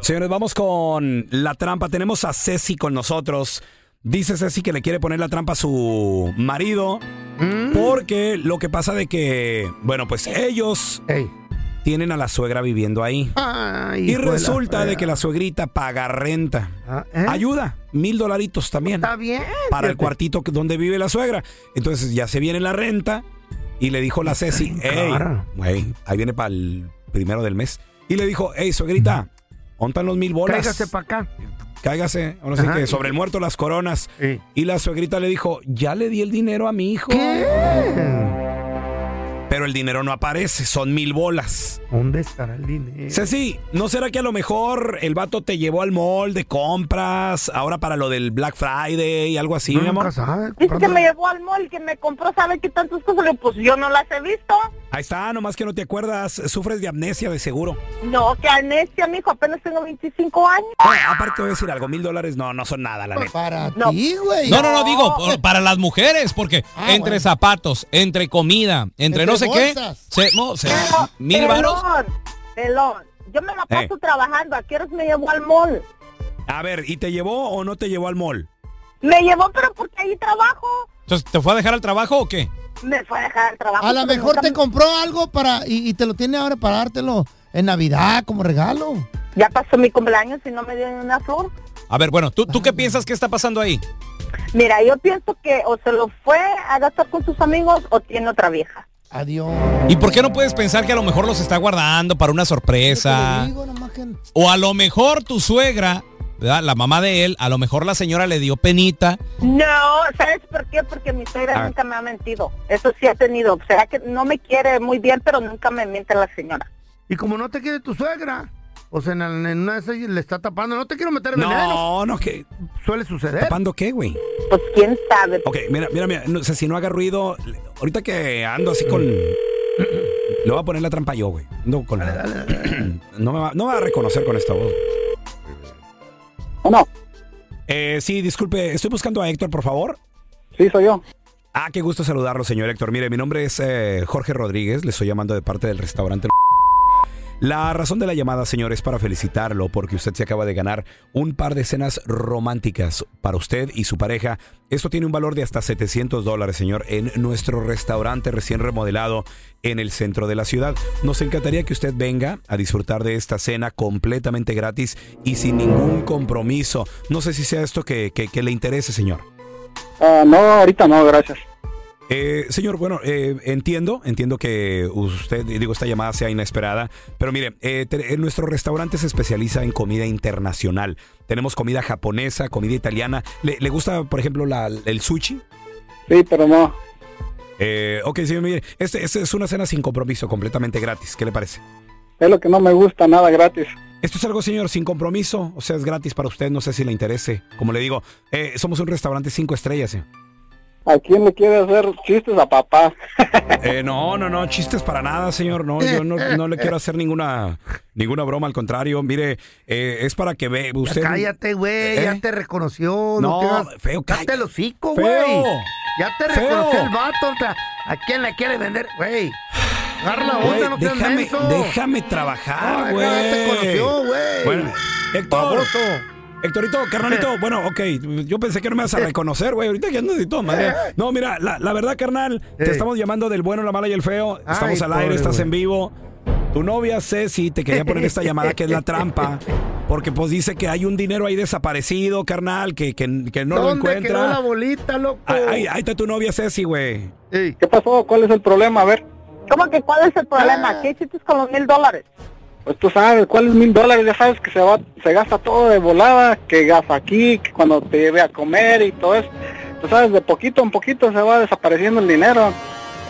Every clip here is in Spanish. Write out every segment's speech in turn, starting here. Señores, vamos con la trampa. Tenemos a Ceci con nosotros. Dice Ceci que le quiere poner la trampa a su marido. Mm. Porque lo que pasa de que, bueno, pues ellos Ey. tienen a la suegra viviendo ahí. Ay, Y hijo de la resulta de fregada. que la suegrita paga renta. Ah, ¿eh? Ayuda, mil dolaritos también. Está bien. Para el fíjate. cuartito que- donde vive la suegra. Entonces ya se viene la renta. Y le dijo la Ceci, hey, cara. ahí viene para el primero del mes. Y le dijo, hey, suegrita, montan los mil bolas. Cáigase para acá. cáigase, ahora sí Ajá. que sobre el muerto las coronas. Sí. Y la suegrita le dijo, ya le di el dinero a mi hijo. ¿Qué? Pero el dinero no aparece, son mil bolas. ¿Dónde estará el dinero? Ceci, ¿no será que a lo mejor el vato te llevó al mall de compras, ahora para lo del Black Friday y algo así, mi amor? Nunca sabe. Dice que me llevó al mall, que me compró, ¿sabe qué tantas cosas? Le digo, Pues yo no las he visto. Ahí está, nomás que no te acuerdas, sufres de amnesia de seguro. No, que amnesia, mijo, apenas tengo 25 años. Oye, aparte te voy a decir algo, mil dólares no, no son nada, la neta. Para No. ti, güey. No, no, no, digo, por- para las mujeres, porque Ah, entre bueno. zapatos, entre comida, entre, Entre no sé bolsas. qué, se, no, se- Pero, mil pelón, varos. Pelón, yo me la paso Eh. trabajando, ¿a qué horas me llevó al mall? A ver, ¿y te llevó o no te llevó al mall? Me llevó, pero porque ahí trabajo. Entonces, ¿te fue a dejar al trabajo o qué? Me fue a dejar el trabajo. A lo pero mejor nunca te me- compró algo para y, y te lo tiene ahora para dártelo en Navidad como regalo. Ya pasó mi cumpleaños y no me dio ni una flor. A ver, bueno, ¿tú, ¿tú Ah. qué piensas que está pasando ahí? Mira, yo pienso que o se lo fue a gastar con sus amigos o tiene otra vieja. Adiós. ¿Y por qué no puedes pensar que a lo mejor los está guardando para una Te sorpresa? digo nomás que- O a lo mejor tu suegra, ¿verdad? la mamá de él, a lo mejor la señora le dio penita. No, ¿sabes por qué? Porque mi Ah. suegra nunca me ha mentido. Eso sí ha tenido. O sea que no me quiere muy bien, pero nunca me miente la señora. Y como no te quiere tu suegra, o sea, en, en una de esas le está tapando. No te quiero meter veneno. No, no, que Suele suceder. ¿Tapando qué, güey? Pues quién sabe. Ok, mira, mira, mira, no, Ceci, no haga ruido. Ahorita que ando así con... Le voy a poner la trampa yo, güey. Ando con la- No me va, no me va a reconocer con esta voz. No, Eh, sí, disculpe, estoy buscando a Héctor, por favor. sí soy yo. Ah, qué gusto saludarlo, señor Héctor. Mire, mi nombre es eh, Jorge Rodríguez, le estoy llamando de parte del restaurante. La razón de la llamada, señor, es para felicitarlo porque usted se acaba de ganar un par de cenas románticas para usted y su pareja. Esto tiene un valor de hasta 700 dólares, señor, en nuestro restaurante recién remodelado en el centro de la ciudad. Nos encantaría que usted venga a disfrutar de esta cena completamente gratis y sin ningún compromiso. No sé si sea esto que, que- que le interese, señor. Ah, no, ahorita no, gracias. Eh, señor, bueno, eh, entiendo, entiendo que usted, digo, esta llamada sea inesperada, pero mire, eh, te- eh, nuestro restaurante se especializa en comida internacional. Tenemos comida japonesa, comida italiana. ¿Le, le gusta, por ejemplo, la- el sushi? Eh, Sí, pero no. ok, señor, mire, este, este es una cena sin compromiso, completamente gratis. ¿Qué le parece? Es lo que no me gusta, nada gratis. Esto es algo, señor, sin compromiso, o sea, es gratis para usted, no sé si le interese. Como le digo, eh, somos un restaurante cinco estrellas. señor. ¿A quién le quiere hacer chistes a papá? Eh, no, no, no, chistes para nada, señor. No, yo no, no le quiero hacer ninguna, ninguna broma, al contrario. Mire, eh, es para que ve usted. ¿Eh? Cállate, güey, ya te reconoció. No, No, te hagas- feo, Cállate el hocico, Feo. güey. Ya te Feo. reconoció el vato. o sea, ¿A quién le quiere vender, güey? Agarra la Güey, onda, no seas déjame, menso. déjame trabajar, Ah, güey. ya te conoció, güey. Bueno, Héctor. Baboso. Héctorito, carnalito, bueno, ok, yo pensé que no me Eh. vas a reconocer, güey, ahorita que andas y toma. madre. No, mira, la, la verdad, carnal, te Eh. estamos llamando del bueno, la mala y el feo. Estamos Ay, al aire, pobre, estás güey. en vivo. Tu novia Ceci te quería poner esta llamada que es la trampa, porque pues dice que hay un dinero ahí desaparecido, carnal, que, que, que no lo ¿Dónde encuentra. quedó la bolita, loco? Ah, ahí, ahí está tu novia Ceci, güey. ¿Qué pasó? ¿Cuál es el problema? A ver. Ah. ¿Cómo que cuál es el Ah. problema? ¿Qué hiciste con los mil dólares? Pues tú sabes, ¿cuál es mil dólares? Ya sabes que se va, se gasta todo de volada, que gasta aquí, que cuando te lleve a comer y todo eso. Tú sabes, de poquito en poquito se va desapareciendo el dinero.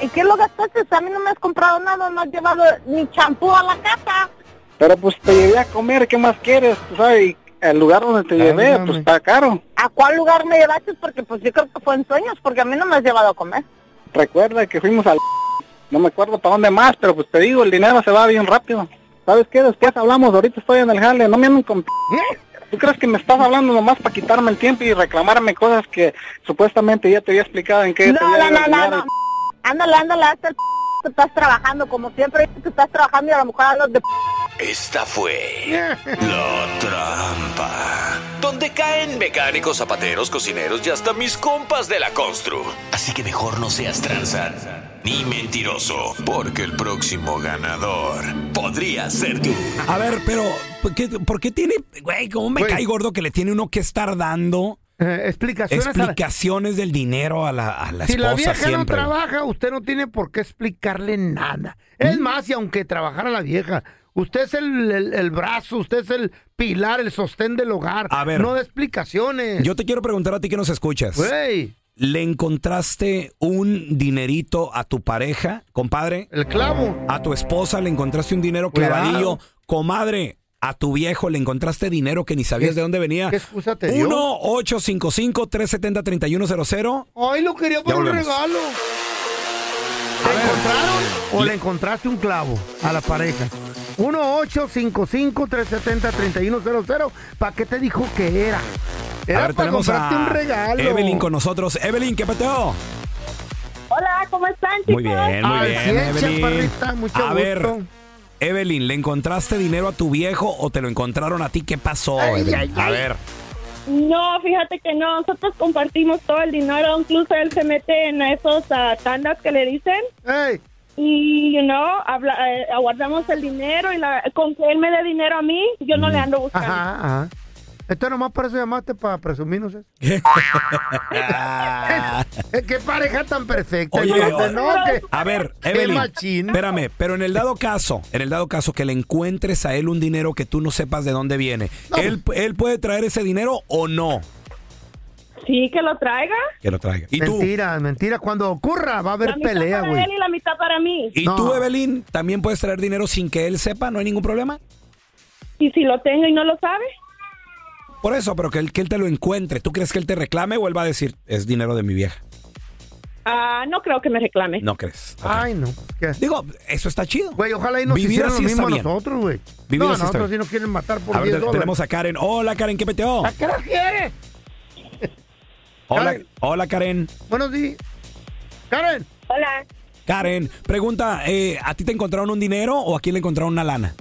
¿Y qué lo gastaste? A mí no me has comprado nada, no has llevado ni champú a la casa. Pero pues te llevé a comer, ¿qué más quieres? Tú sabes, y el lugar donde te llevé, Cálmame. pues está caro. ¿A cuál lugar me llevaste? Porque pues yo creo que fue en sueños, porque a mí no me has llevado a comer. Recuerda que fuimos al... No me acuerdo para dónde más, pero pues te digo, el dinero se va bien rápido. ¿Sabes qué? Después hablamos, ahorita estoy en el jale, no me anden con... p- ¿Tú crees que me estás hablando nomás para quitarme el tiempo y reclamarme cosas que supuestamente ya te había explicado en qué... te No, no, había ido no, el no, dinero? no. Ándale, ándale, hasta el p- que estás trabajando, como siempre dices que estás trabajando y a lo mejor hablas de p- Esta fue La Trampa, donde caen mecánicos, zapateros, cocineros y hasta mis compas de la Constru. Así que mejor no seas tranza ni mentiroso, porque el próximo ganador podría ser tú. A ver, pero ¿por qué, por qué tiene, güey, cómo me cae gordo que le tiene uno que estar dando Eh, explicaciones a la- explicaciones del dinero a la, a la si esposa la vieja no siempre? trabaja, usted no tiene por qué explicarle nada. ¿Mm? Es más, y aunque trabajara la vieja, usted es el, el- el brazo, usted es el pilar, el sostén del hogar. A ver. No de explicaciones. Yo te quiero preguntar a ti que nos escuchas. Güey. ¿Le encontraste un dinerito a tu pareja, compadre? El clavo. A tu esposa le encontraste un dinero Cuidado. clavadillo. Comadre, a tu viejo le encontraste dinero que ni sabías de dónde venía. ¿Qué excusa te dio? 1-855-370-3100. Ay, lo quería Ya por un volvemos. regalo. ¿Te encontraron o le encontraste un clavo a la pareja? 1-855-370-3100. ¿Para qué te dijo que era? Era A ver, para tenemos comprarte a un regalo. Evelyn con nosotros. Evelyn, ¿qué pateo? Hola, ¿cómo están, chicos? Muy bien, muy Al bien, cien, Evelyn. chaparrita, mucho a gusto. ver, Evelyn, ¿le encontraste dinero a tu viejo o te lo encontraron a ti? ¿Qué pasó, Ay, Evelyn? ay, A ay. ver, No, fíjate que no, nosotros compartimos todo el dinero, incluso él se mete en esos ah, tandas que le dicen. Y, you know, habla, eh, aguardamos el dinero y la- con que él me dé dinero a mí, yo no le ando buscando. Mm. Ajá, ajá. Esto nomás parece llamarte para presumirnos. ¿eh? Eh, ¿Qué pareja tan perfecta? Oye, fíjate, o- ¿no? Que- a ver, qué Evelyn, machín. espérame, pero en el dado caso, en el dado caso que le encuentres a él un dinero que tú no sepas de dónde viene, ¿él, pues. ¿él puede traer ese dinero o no? Sí, que lo traiga. Que lo traiga. ¿Y tú? Mentira, mentira. Cuando ocurra va a haber la mitad pelea, para güey. él y la mitad para mí. ¿Y tú, Evelyn, también puedes traer dinero sin que él sepa? ¿No hay ningún problema? ¿Y si lo tengo y no lo sabe? Por eso, pero que él, que él te lo encuentre. ¿Tú crees que él te reclame o él va a decir, es dinero de mi vieja? Ah, no creo que me reclame. ¿No crees? Ay, no. Digo, eso está chido. Güey, ojalá y nos Vivir hicieran así lo está mismo a bien. nosotros, güey. Vivir No, a así está nosotros bien. sí nos quieren matar por A ver, 10 te- dólares. Ah, tenemos a Karen. Hola, Karen, ¿qué peteó? ¿A qué nos quiere? Hola, hola, Karen. Buenos días. Karen. Hola. Karen, pregunta, eh, ¿a ti te encontraron un dinero o a quién le encontraron una lana?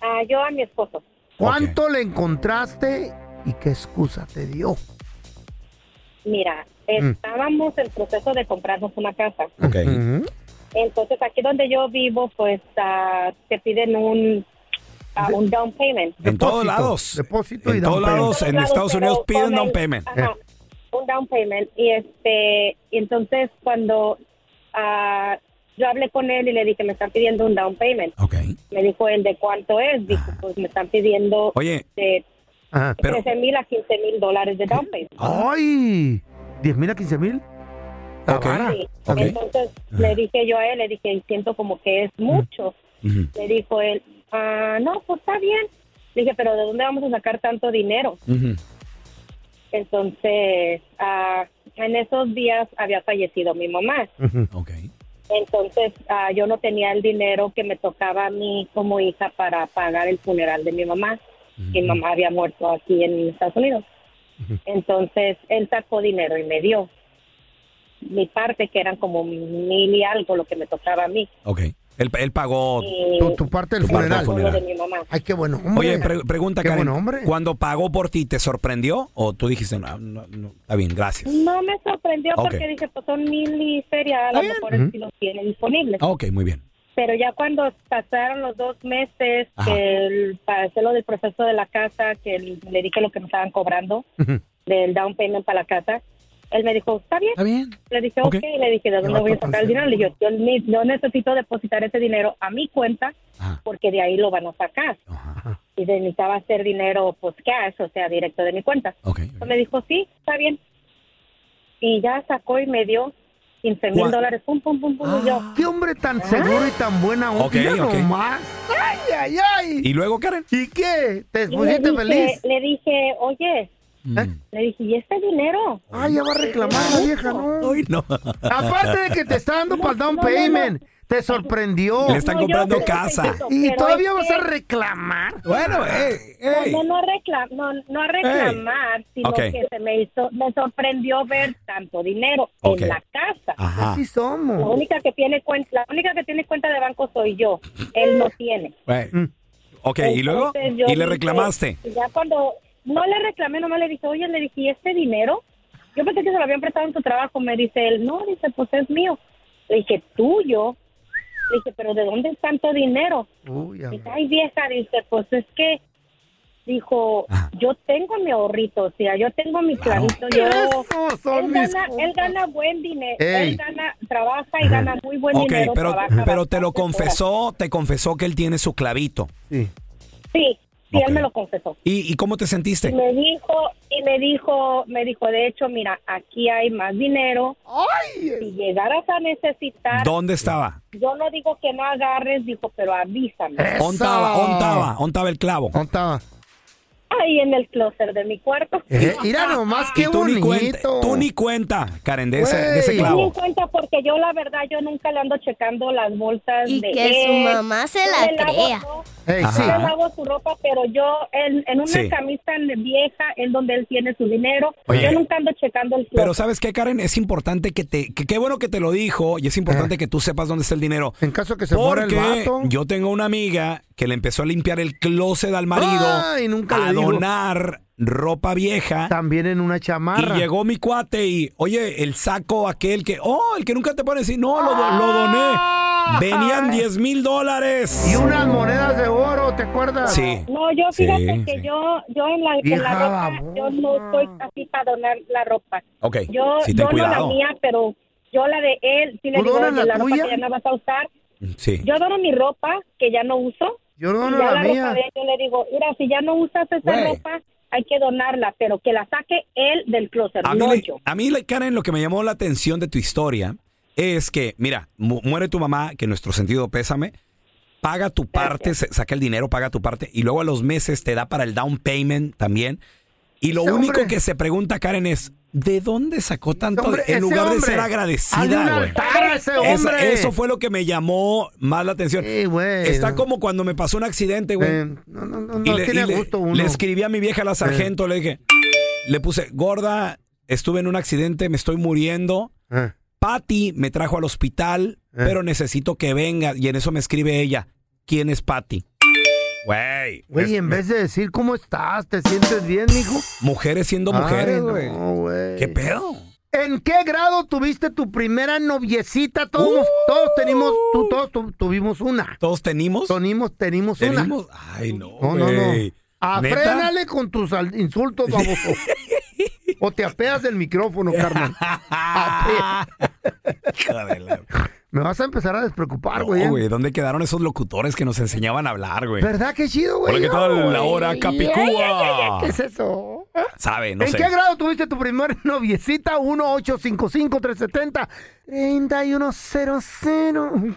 Ah, yo a mi esposo. ¿Cuánto le encontraste y qué excusa te dio? Mira, Mm. estábamos en proceso de comprarnos una casa. Entonces, aquí donde yo vivo, pues ah, te piden un, ah, un down payment. En todos lados. Depósito en y down todos payment. lados, en Claro, Estados pero Unidos piden con down el- payment. ajá, un down payment. Y este, y entonces cuando ah, yo hablé con él y le dije, me están pidiendo un down payment. Me dijo él, ¿de cuánto es? Ah. Dijo, pues me están pidiendo Oye. de Ajá, pero- 13 mil a 15 mil dólares de down payment. Ah. ¡Ay! ¿10 mil a 15 mil? Está vara. Sí. Ok. Entonces le dije yo a él, le dije, siento como que es mucho. Ujú. Le dijo él, ah, no, pues está bien. Le dije, pero ¿de dónde vamos a sacar tanto dinero? Ujú. Entonces, ah, en esos días había fallecido mi mamá. Entonces, ah, yo no tenía el dinero que me tocaba a mí como hija para pagar el funeral de mi mamá. Mi mamá había muerto aquí en Estados Unidos. Entonces, él sacó dinero y me dio mi parte, que eran como mil y algo lo que me tocaba a mí. Ok. Él, él pagó Y- Tu- tu parte del Lo de mi mamá. Ay, qué bueno. Oye, pre- pregunta, Karen. ¿Cuando pagó por ti, te sorprendió o tú dijiste, no, no, no, está bien, gracias? No me sorprendió Ok. porque dije, pues son mil y feria, a lo mejor él Ujú. sí los tiene disponibles. Ah, Ok, muy bien. Pero ya cuando pasaron los dos meses Ajá. que el- para hacer lo del proceso de la casa, que el- le dije lo que me estaban cobrando del down payment para la casa, él me dijo, ¿está bien? Le dije, ok, le dije, ¿de dónde voy a sacar el dinero? Le dije, yo, ni- yo necesito depositar ese dinero a mi cuenta porque de ahí lo van a sacar. Y de- necesitaba hacer dinero, pues cash, o sea, directo de mi cuenta. Entonces Me dijo, sí, está bien. Y ya sacó y me dio 15 mil ¿Cuán- dólares, pum, pum, pum, pum, y yo. Ah, ¿Qué hombre tan seguro y tan buena onda? Ok, Mira ok. nomás. ¡Ay, ay, ay! ¿Y luego, Karen? ¿Y qué? ¿Te Y le pusiste dije- feliz? Le dije, oye, Mm. ah, le dije, ¿y este dinero? Ay, ya va a reclamar la vieja, ¿no? No. Aparte de que te está dando para el down no, no, no. payment, te sorprendió. Le están No, yo comprando sé, casa. Pedrito, Y pero todavía es vas que- a reclamar. Bueno, Ah. eh, eh. No, no, no recla- no, no a reclamar, sino Ok. que se me hizo, me sorprendió ver tanto dinero Ok. en la casa. Ajá. Así somos. La única que tiene cuenta, la única que tiene cuenta de banco soy yo. Él no tiene. Güey. Eh, Mm. Ok, ¿y luego? Entonces, yo ¿Y le dije- reclamaste? Ya cuando no le reclamé, nomás le dije, oye, le dije, ¿y este dinero? Yo pensé que se lo habían prestado en tu trabajo. Me dice él, no, dice, pues es mío. Le dije, tuyo. Le dije, pero ¿de dónde es tanto dinero? Uy, Dice, ay vieja, dice, pues es que, dijo, Ah. yo tengo mi ahorrito, o sea, yo tengo mi clavito, yo... él, mis gana, él gana buen dinero, Ey. él gana, trabaja y gana muy buen ok, dinero. pero, trabaja pero te bastantes lo horas. confesó, te confesó que él tiene su clavito. Sí. Sí, sí, él me lo confesó. ¿Y, y cómo te Y sentiste? me dijo, y me dijo, me dijo, de hecho, mira, aquí hay más dinero. Si llegaras a necesitar, ¿Dónde estaba? yo no digo que no agarres, dijo, pero avísame. ¿Ontaba, ontaba, ontaba el clavo? ¿Ontaba? Ahí en el closet de mi cuarto. Eh, mira nomás, Y qué tú ni, bonito. cuenta, tú ni cuenta, Karen, de ese, de ese Güey. Yo clavo. ni cuenta porque yo la verdad yo nunca le ando checando las bolsas Y de que su él. mamá se Yo la le lavo, crea. ¿no? Ey, Yo sí. le lavo su ropa, pero yo en, en una Sí. camisa vieja es donde él tiene su dinero. Oye. Yo nunca ando checando el Pero closet. ¿sabes qué, Karen? Es importante que te... que- Qué bueno que te lo dijo y es importante que tú sepas dónde está el dinero. En caso que se muera el vato. yo tengo una amiga que le empezó a limpiar el closet al marido, Ay, nunca a le digo. donar ropa vieja. También en una chamarra. Y llegó mi cuate y, oye, el saco aquel que, oh, el que nunca te pones, sí, no, lo, do- lo doné. Venían 10 mil dólares. Ah. Y unas monedas de oro, ¿te acuerdas? Sí. No, yo Sí, fíjate que yo yo en la, en la Vieja ropa yo no estoy así para donar la ropa. Ok, Yo sí, ten dono la cuidado. mía, pero yo la de él, si le ¿Tú digo donas "Oye, la la ropa tuya? que ya no vas a usar, Sí. Yo dono mi ropa que ya no uso. Yo dono Y ya la ropa mía. de él, yo le digo, mira, si ya no usas esa Güey. ropa, hay que donarla, pero que la saque él del closet, A mí, no le- yo. a mí, le- Karen, lo que me llamó la atención de tu historia es que, mira, mu- muere tu mamá, que en nuestro sentido pésame, paga tu parte, se- saca el dinero, paga tu parte, y luego a los meses te da para el down payment también. Y lo Ese único hombre. que se pregunta, Karen, es, ¿de dónde sacó tanto? hombre- en ese lugar de hombre. ser Hazle un agradecida, güey. altar a ese Esa- hombre. eso fue lo que me llamó más la atención. Está como cuando me pasó un accidente, güey. Eh, no tiene gusto uno. Eh. le escribí a mi vieja la sargento, le dije, le puse, gorda, estuve en un accidente, me estoy muriendo. Eh. Patty me trajo al hospital, pero necesito que venga. Y en eso me escribe ella, ¿quién es Patty? Güey. Güey, en vez de decir cómo estás, ¿te sientes bien, mijo? Mujeres siendo Ay, mujeres, no, güey. ¿Qué pedo? ¿En qué grado tuviste tu primera noviecita? Todos, todos tenemos, tú- todos tu- tuvimos una. ¡Uh! ¿Todos tenimos? Tenimos, tenimos, Tenimos- una. Ay, no. No, no, no. güey. Ah, ¿Neta? Afrénale con tus al- insultos, baboso. o te apeas del micrófono, carnal. Apea. Me vas a empezar a despreocupar, güey. No, ¿eh? güey, ¿dónde quedaron esos locutores que nos enseñaban a hablar, güey? ¿Verdad que chido, güey? Hola, ¿qué tal? Ay, La hora ay, Capicúa. ay, ay, ay, ¿Qué es eso? Sabe, no ¿En sé. qué grado tuviste tu primer noviecita? 1-855-370-3100.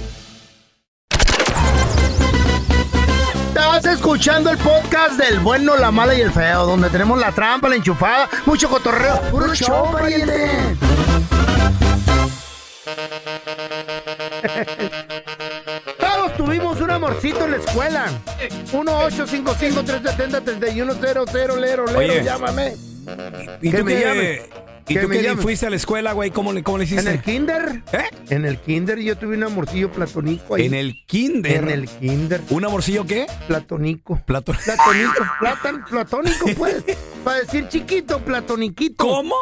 Estás escuchando el podcast del bueno, la mala y el feo, donde tenemos la trampa, la enchufada, mucho cotorreo. ¡Puro show, pariente! Todos tuvimos un amorcito en la escuela. 1-855-370-3100, lero, lero, Oye. llámame. ¿Y Que tú me qué, llamen. ¿y Que tú me qué día llamen. fuiste a la escuela, güey? ¿Cómo le, cómo le hiciste? ¿En el kinder? En el kinder yo tuve un amorcillo platonico ahí. ¿Eh? ¿En el kinder? En el kinder. ¿Un amorcillo qué? Platonico. Platonico. Platonico, platan, platónico, pues. Para decir chiquito, platoniquito. ¿Cómo?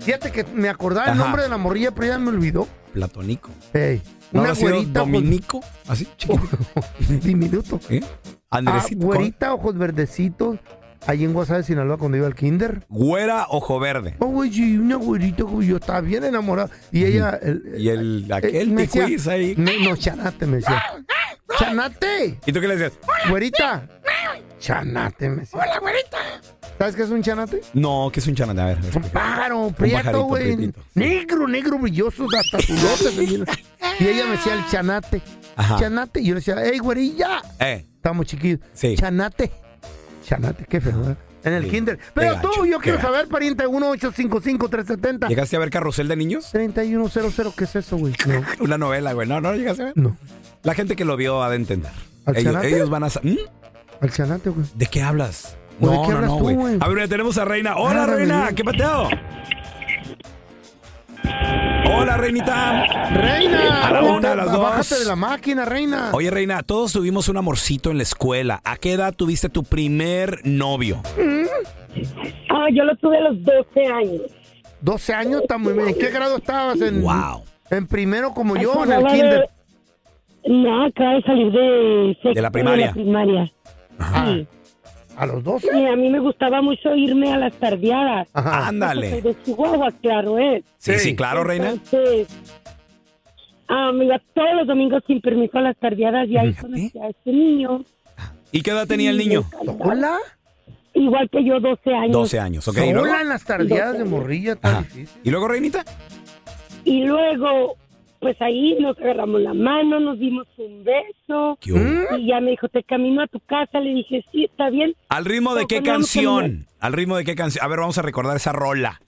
Fíjate que me acordaba el Ajá. nombre de la morrilla, pero ya me olvidó. Platonico. Ey, ¿No una habrá sido güerita. ojos- Dominico? Así, chiquito. Diminuto. ¿Eh? Andresito. Ah, güerita, ojos verdecitos. Allí en Guasave, Sinaloa, cuando iba al kinder. Güera, ojo verde. Oh, güey, y una güerita, güey, yo estaba bien enamorada. Y ella, el- eh, Y el, aquel me decía- picuiz ahí. me- no, chanate, me decía. ¡Chanate! ¿Y tú qué le decías? ah, ¡Güerita! ¡Chanate! Me decía. ¡Hola, güerita! ¿Sabes qué es un chanate? No, que es un chanate. A ver, explica. Pájaro, pajarito prieto, güey. prietito, Negro, negro, brilloso, hasta tu lote. se mira. Y ella me decía el chanate. Ajá. Chanate. Y yo le decía, ¡ey, güerilla! Eh. Estamos chiquillos. Chanate. Chanate, qué feo, ¿verdad? En el Sí. kinder. Pero Qué tú, gacho, yo qué quiero gacho. saber, pariente, 1-855-370. ¿Llegaste a ver Carrusel de Niños? 3100, ¿qué es eso, güey? Una novela, güey. No, no lo llegaste a ver. No. La gente que lo vio ha de entender. ¿Al Ellos, chanate? ellos van a... sa- ¿Mm? Al chanate, güey. ¿De qué hablas? ¿O de No, qué no, hablas no, tú, güey. güey? A ver, ya tenemos a Reina. Hola, Ah, la Reina. Reina. ¿Qué pateo? Hola, Reinita. ¡Reina! A la una, a las dos. Bájate de la máquina, reina. Oye, Reina, todos tuvimos un amorcito en la escuela. ¿A qué edad tuviste tu primer novio? Mm. Ah, yo lo tuve a los 12 años. 12 años, está muy bien. ¿En qué grado estabas? En, Wow. En primero como yo, en Acababa el de- kinder. pues, No, acabo de salir de... sexto primaria. primaria. Sí. ¿A los 12? Y a mí me gustaba mucho irme a las tardeadas. Ajá. Ándale. Porque soy De Chihuahua, claro, ¿eh? Sí, sí, claro, Reina. Entonces, ah, me iba todos los domingos sin permiso a las tardeadas y ahí conocí a este niño. ¿Y qué edad tenía el niño? ¿Hola? Igual que yo, 12 años. 12 años, ok. ¿y luego? Sola en las tardeadas de morrilla, tan difícil. ¿Y luego, Reinita? Y luego, pues ahí nos agarramos la mano, nos dimos un beso. ¿Qué hubo? Y ya me dijo, te camino a tu casa. Le dije, sí, está bien. ¿Al ritmo de No, pues no, qué no, no, no. canción? ¿Al ritmo de qué canción? A ver, vamos a recordar esa rola.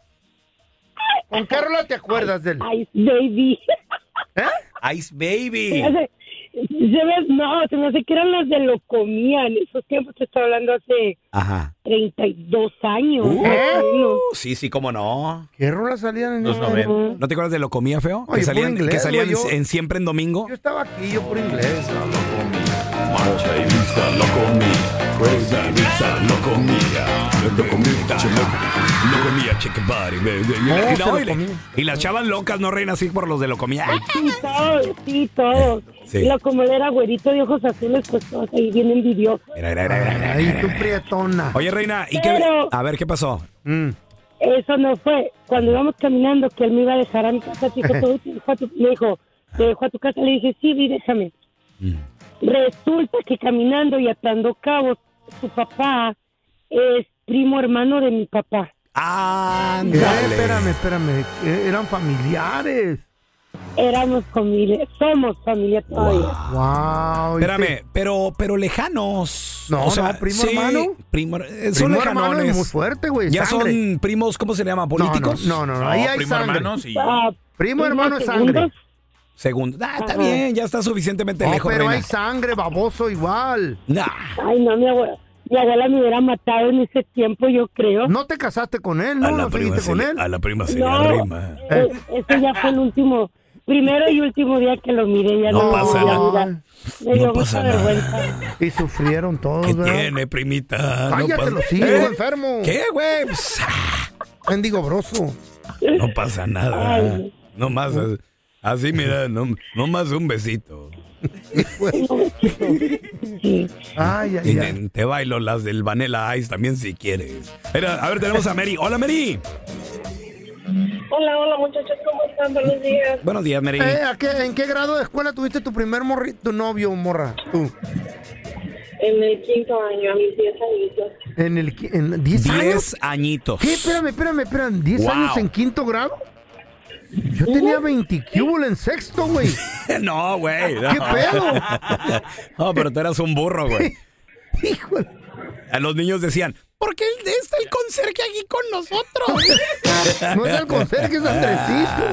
¿Con qué rola te acuerdas de él? Ice Baby. Ice Baby. Ese- se me- no, se me hace que eran las de Locomía. En esos tiempos te estoy hablando hace Ajá. 32 años. Uh, más o menos. Sí, sí, cómo no. ¿Qué rolas salían en Los esa 90. ¿No te acuerdas de lo comía feo? Oye, que salían, puro inglés, que salían güey, yo- en siempre en domingo. Yo estaba aquí, yo por inglés. Marcha y vista, loco me. Crazy pizza, loco mía. Loco mía, che, loco. Loco mía, check it body, baby. Y, Oh, la- y la- No, y la- y las chavas locas no reina así por los de lo comía. Sí, todo, sí, todo. Sí. Y lo, como él era güerito de ojos azules, pues todos ahí bien envidiosos. Mira, mira, mira, mira, mira, mira, mira. prietona. Oye, reina, ¿y Pero- qué? A ver, ¿qué pasó? Mm. Eso no fue. Cuando íbamos caminando, que él me iba a dejar a mi casa, dijo, "Te dejo a tu-" me dijo, te dejo a tu casa. Le dije, sí, vi, déjame. Mm. Resulta que caminando y atando cabos, su papá es primo hermano de mi papá. Ah, Eh, espérame, espérame. eh, eran familiares. Éramos familia, somos familia todavía. Wow. Espérame, pero, pero lejanos. No, no, primo hermano. primo- eh, son Primo hermano lejanones. es muy fuerte, güey, Ya sangre. son primos, ¿cómo se le llama? ¿Políticos? No, no, no, no, ahí hay sangre. Ah, Primo hermano es segundos. sangre. Segundo. Ah, está Ajá. bien, ya está suficientemente No, lejos, pero reina. hay sangre, baboso, igual. Ay, no, mi abuela, mi abuela me hubiera matado en ese tiempo, yo creo. No te casaste con él, ¿no? ¿No seguiste con él? la prima se le No. arrima. Eh, Ese ya fue el último, primero y último día que lo miré, ya No no, pasa la nada. vida. Me dio mucha vergüenza. Y sufrieron todos, ¿verdad? Tiene, primita. Cállate Ah, pasa- los hijos, ¿Eh? enfermo. ¿Qué, güey? Pues, ah. Mendigo broso. No pasa nada. Ay. No más. as- Así, mira, no, no más un besito. pues. Ay, Y ay, ay. Te, te bailo las del Vanilla Ice también si quieres. Mira, a ver, tenemos a Mary. Hola, Mary. Hola, hola muchachos, ¿cómo están? Buenos días. Buenos días, Mary. Eh, ¿a qué- ¿En qué grado de escuela tuviste tu primer morri tu novio, morra? Tú. En el quinto año, a mis 10 añitos. En el qui- en 10 años. Diez añitos. ¿Qué? Espérame, espérame, espérame. ¿10 Wow. años en quinto grado? Yo tenía 20 cúbul en sexto, güey. no, güey. no. ¿Qué pedo? no, pero tú eras un burro, güey. Híjole. A los niños decían, ¿Por qué el- está el conserje aquí con nosotros? No es el conserje, es Andresito.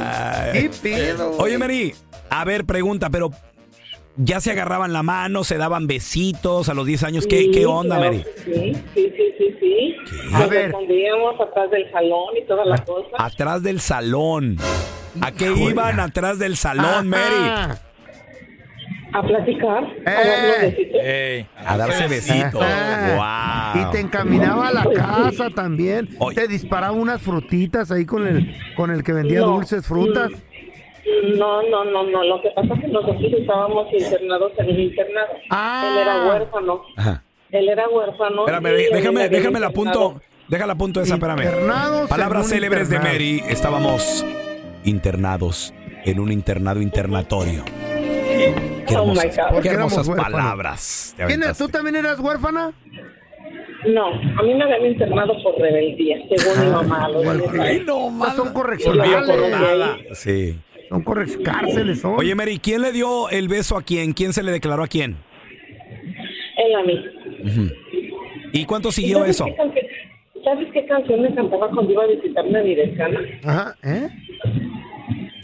¿Qué pedo? Oye, Mary, a ver, pregunta, pero ya se agarraban la mano, se daban besitos a los 10 años. ¿Qué, Sí, qué onda, claro Mary? que Sí, sí, sí, sí. sí. A Nos ver. escondíamos atrás del salón y toda Ah. la cosa. Atrás del salón. ¿A qué Híjole. iban atrás del salón, Mary? A platicar. a darnos besitos. Eh. A darse besitos. Wow. Y te encaminaba a la casa también. Te disparaba unas frutitas ahí con el con el que vendía No. dulces frutas. No, no, no, no. Lo que pasa es que nosotros estábamos internados en un internado. Ah. Él era huérfano. Ajá. Él era huérfano. Espérame, y de- él déjame, era bien déjame la internado. punto. Déjala punto esa, espérame. Internados en Palabras un célebres de internado. Mary. Estábamos internados en un internado internatorio. Qué Oh my God. hermosas, qué hermosas Porque éramos huérfanos. palabras. te ¿Quién es? aventaste. ¿Tú también eras huérfana? No, a mí me habían internado por rebeldía, según mi mamá. Lo Estas son Volvió por correccionales. nada. Sí. Son correcárceles. son. Oye, Mary, ¿quién le dio el beso a quién? ¿Quién se le declaró a quién? Él a mí. ¿Y cuánto siguió ¿Sabes eso? qué canción- ¿Sabes qué canción me cantaba cuando iba a visitarme a mi decana? Ajá, ¿eh?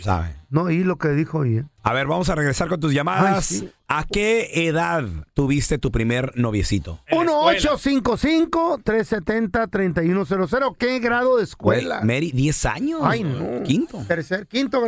Sabe. No, y lo que dijo ¿eh? oye. A ver, vamos a regresar con tus llamadas. Ay, sí. ¿A qué edad tuviste tu primer noviecito? 1-855-370-3100. ¿Qué grado de escuela? Güey, Mary, 10 años. Ay, no. Quinto. Tercer, quinto grado.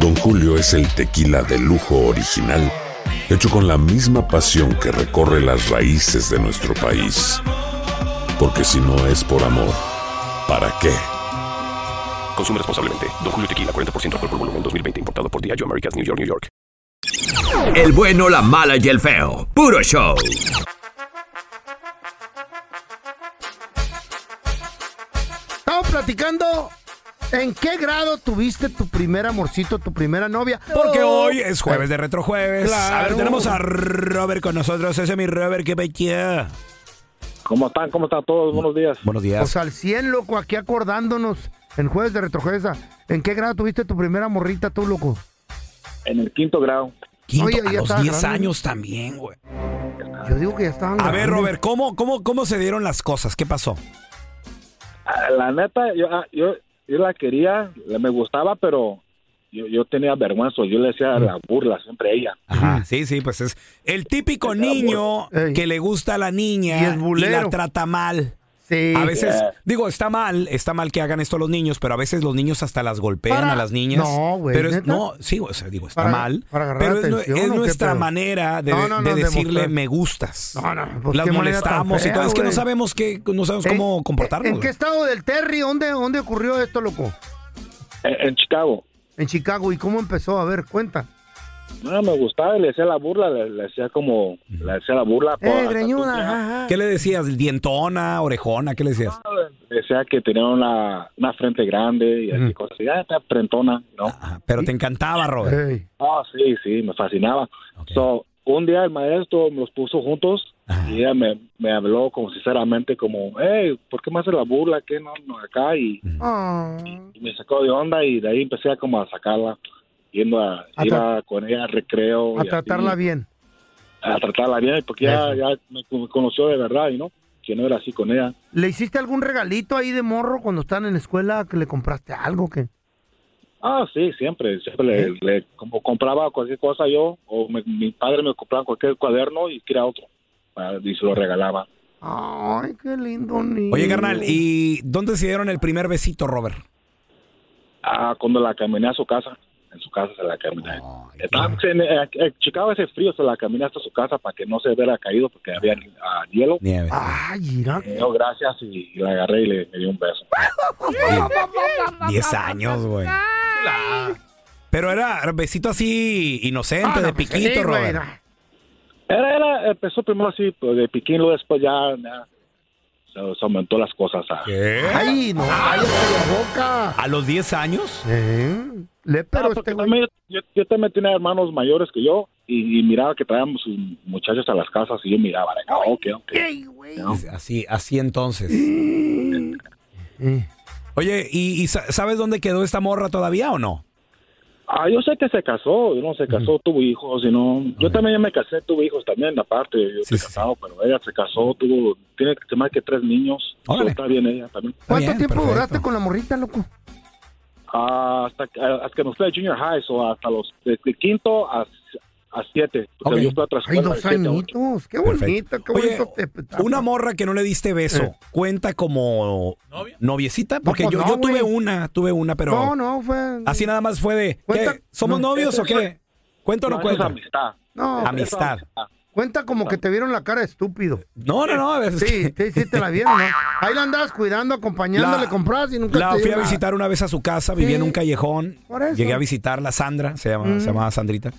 Don Julio es el tequila de lujo original, hecho con la misma pasión que recorre las raíces de nuestro país. Porque si no es por amor, ¿para qué? Consume responsablemente. Don Julio Tequila, 40% alcohol por volumen, 2020. Importado por Diageo Americas, New York, New York. El bueno, la mala y el feo. Puro show. Estamos platicando en qué grado tuviste tu primer amorcito, tu primera novia. Porque hoy es jueves de retrojueves. A Claro. ver, tenemos a Robert con nosotros. Ese es mi Robert, que pequeña. ¿Cómo están? ¿Cómo están todos? Buenos días. Buenos días. O sea, al 100, loco, aquí acordándonos en jueves de retrojeza. ¿En qué grado tuviste tu primera morrita tú, loco? En el quinto grado. Quinto, Oye, a ya los estaba 10 grande. años también, güey. Yo digo que ya estaban. A ver, grandes. Robert, ¿cómo, cómo, ¿cómo se dieron las cosas? ¿Qué pasó? Ah, La neta, yo, ah, yo, yo la quería, la- me gustaba, pero yo, yo tenía vergüenza. Yo le Mm. hacía la burla siempre a ella. Ajá, sí, sí, pues es el típico niño que le gusta a la niña Y es y, bulero. la trata mal. Sí. A veces, Yeah. digo, está mal, está mal que hagan esto los niños, pero a veces los niños hasta las golpean Para- a las niñas. No, güey, Pero es- ¿neta? no, sí, o sea, digo, está Para- mal. para agarrar pero es, nu- atención, es ¿o qué nuestra pedo? manera de, No, no, de no, decirle demostrar. me gustas. No, no, pues, las qué manera tan molestamos y fea, todo. Ah, Es que no güey. sabemos qué, no sabemos ¿En- cómo en- comportarnos. ¿En qué güey. estado del Terry? ¿Dónde, dónde ocurrió esto, loco? En, en Chicago. En Chicago. ¿Y cómo empezó? A ver, cuenta. No, me gustaba y le hacía la burla, le, le hacía como, Mm. le hacía la burla. Eh, por- ¿Qué le decías? ¿Dientona? ¿Orejona? ¿Qué le decías? Le decía que tenía una, una frente grande y así cosas. Y ya está frentona, ¿no? Mm. Ah, Pero te encantaba, Robert. Ah, sí, sí, me fascinaba. So, un día el maestro nos puso juntos y ella me, me habló como sinceramente como, hey, ¿por qué me haces la burla? ¿Qué no, no acá? Y, y me sacó de onda y de ahí empecé a como a sacarla, yendo a, A ir tra- a con ella al recreo. A y tratarla así, bien. A tratarla bien, porque ya, Eso. ya me con- conoció de verdad, y ¿no? Que no era así con ella. ¿Le hiciste algún regalito ahí de morro cuando estaban en la escuela que le compraste algo que Ah, sí, siempre, siempre le, le- como compraba cualquier cosa yo, o me- mi padre me compraba cualquier cuaderno y quería otro, ah, y se lo regalaba. Ay, qué lindo niño. Oye, carnal, ¿y dónde se dieron el primer besito, Robert? Ah, cuando la caminé a su casa, en su casa se la caminé. Estaba en, en- en Chicago hace eh, frío, se la caminé hasta su casa para que no se hubiera caído porque había ah, hielo. Nieve. Ay, mira. Yo gracias y, y la agarré y le, le di un beso. 10 años, güey. Pero era besito así inocente, Ah, de pues piquito, Robert. Era, era, empezó primero así, pues, de piquín, luego después ya, ya, se, se aumentó las cosas. ah. Ay, no, cállate la boca. ¿A los 10 años? Le, pero yo, yo también tenía hermanos mayores que yo y, y miraba que traían sus muchachos a las casas y yo miraba, like, ah, ok, ok. Así, así entonces. Oye, ¿y, y sa- sabes dónde quedó esta morra todavía o no? Ah, yo sé que se casó, no se casó, tuvo hijos, y no, yo también ya me casé, tuve hijos también, aparte, yo estoy casado, pero ella se casó, tuvo, tiene que- más que tres niños, Órale. está bien ella también. ¿Cuánto tiempo duraste con la morrita, loco? Ah, hasta, que- hasta que me fui a junior high, o hasta los, de, de quinto a, a siete, porque yo fui a otra Ay, escuela de dos siete a ocho. añitos. Qué Perfecto. bonito, qué Oye, bonito. Ah, Una morra que no le diste beso, ¿cuenta como noviecita? Porque pues yo, Eh. no, yo tuve güey. una, tuve una, pero No, no, fue... así nada más fue de... ¿qué? ¿Somos no. novios o qué? ¿Cuento o no, No, eso es cuento? amistad. No. Amistad. Cuenta como que te vieron la cara de estúpido. No, no, no, a veces- Sí, sí, sí te la vieron, ¿no? Ahí la andabas cuidando, acompañándole, La- compras y nunca La te fui a dieron nada. visitar una vez a su casa, vivía en un callejón. Por eso. Llegué a visitarla, Sandra, se, llama, Mm. se llamaba Sandrita.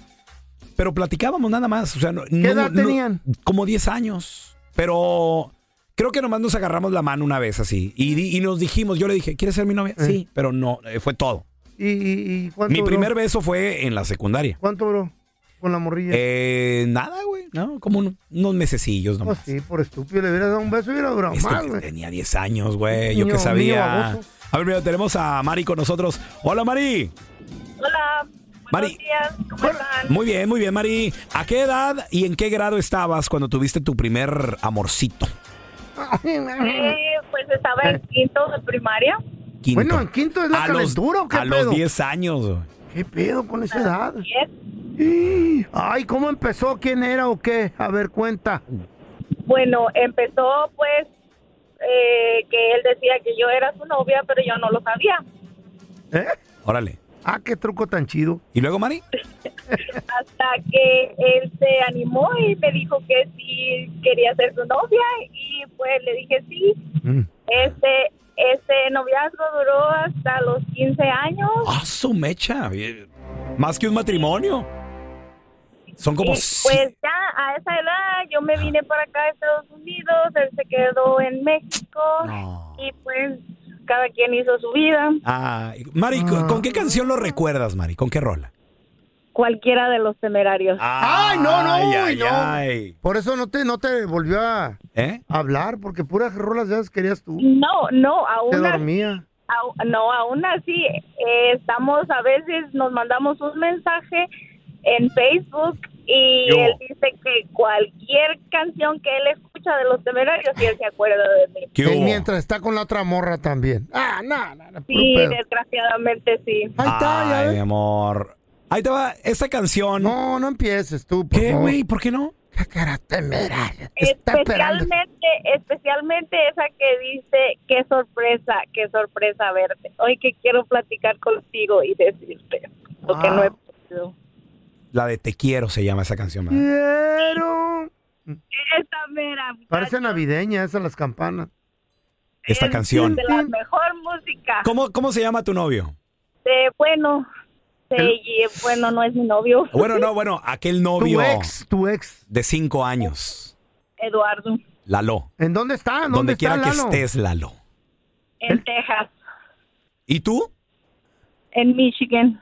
Pero platicábamos nada más. O sea, no, ¿Qué edad tenían? Como 10 años. Pero creo que nomás nos agarramos la mano una vez así. Y, di- y nos dijimos, yo le dije, ¿quieres ser mi novia? Sí, pero no, eh, fue todo. ¿Y, y, y cuánto Mi duró? primer beso fue en la secundaria. ¿Cuánto duró con la morrilla? Eh, nada, güey, ¿no? Como un- unos mesecillos Pues nomás. sí, por estúpido. Le hubieras dado un beso y hubiera durado Estúpido, más, güey. Tenía 10 años, güey, yo Niño- qué niño sabía. baboso. A ver, mira, tenemos a Mari con nosotros. Hola, Mari. Hola, buenos Mari. días, ¿cómo están? Muy bien, muy bien, Mari. ¿A qué edad y en qué grado estabas cuando tuviste tu primer amorcito? Sí, pues estaba en quinto de primaria. Bueno, en quinto es la calentura, ¿o qué A pedo? los 10 años. güey. ¿Qué pedo con esa edad? Y- Ay, ¿cómo empezó? ¿Quién era o qué? A ver, cuenta. Bueno, empezó pues eh, que él decía que yo era su novia, pero yo no lo sabía. Órale. Ah, qué truco tan chido. ¿Y luego, Mari? hasta que él se animó y me dijo que sí quería ser su novia y pues le dije sí. Mm. Este este noviazgo duró hasta los 15 años. ¡Ah, su mecha! Eh, Más que un matrimonio. Son como... Y, pues ya a esa edad yo me vine para acá a Estados Unidos, él se quedó en México y pues cada quien hizo su vida. Ah, Mari, ¿con- ¿con qué canción lo recuerdas, Mari? ¿Con qué rola? Cualquiera de los temerarios. Ay, no, no, Ay, ay, ay, no. ay. ¿Eh? Por eso no te, no te volvió a hablar, porque puras rolas ya las querías tú. No, no, aún Te así- dormía. Au- no, aún así, eh, estamos a veces, nos mandamos un mensaje en Facebook y Yo. él dice que cualquier canción que él escucha de los temerarios, y él se acuerda de mí. Y mientras está con la otra morra también. Ah, no, no, no, puro Sí, pedo. desgraciadamente sí. Ay, mi amor. Ahí te va esta canción. No, no empieces tú. ¿Qué, güey? ¿Por qué no? Especialmente, especialmente esa que dice, qué sorpresa, qué sorpresa verte. Hoy que quiero platicar contigo y decirte lo que no he podido. La de Te Quiero se llama esa canción. ¿verdad? Quiero. Esa mera, Parece navideña esas las campanas. Esta canción. de la mejor música. ¿Cómo, ¿Cómo se llama tu novio? Eh, bueno, sí, El- y, eh, bueno, no es mi novio. Bueno, no, bueno, aquel novio. ex, tu ex. De cinco años. Eduardo, Lalo. ¿En Ah, dónde está? ¿Dónde Donde está quiera que Lalo? estés, Lalo. en Texas, ¿Y tú? en Michigan.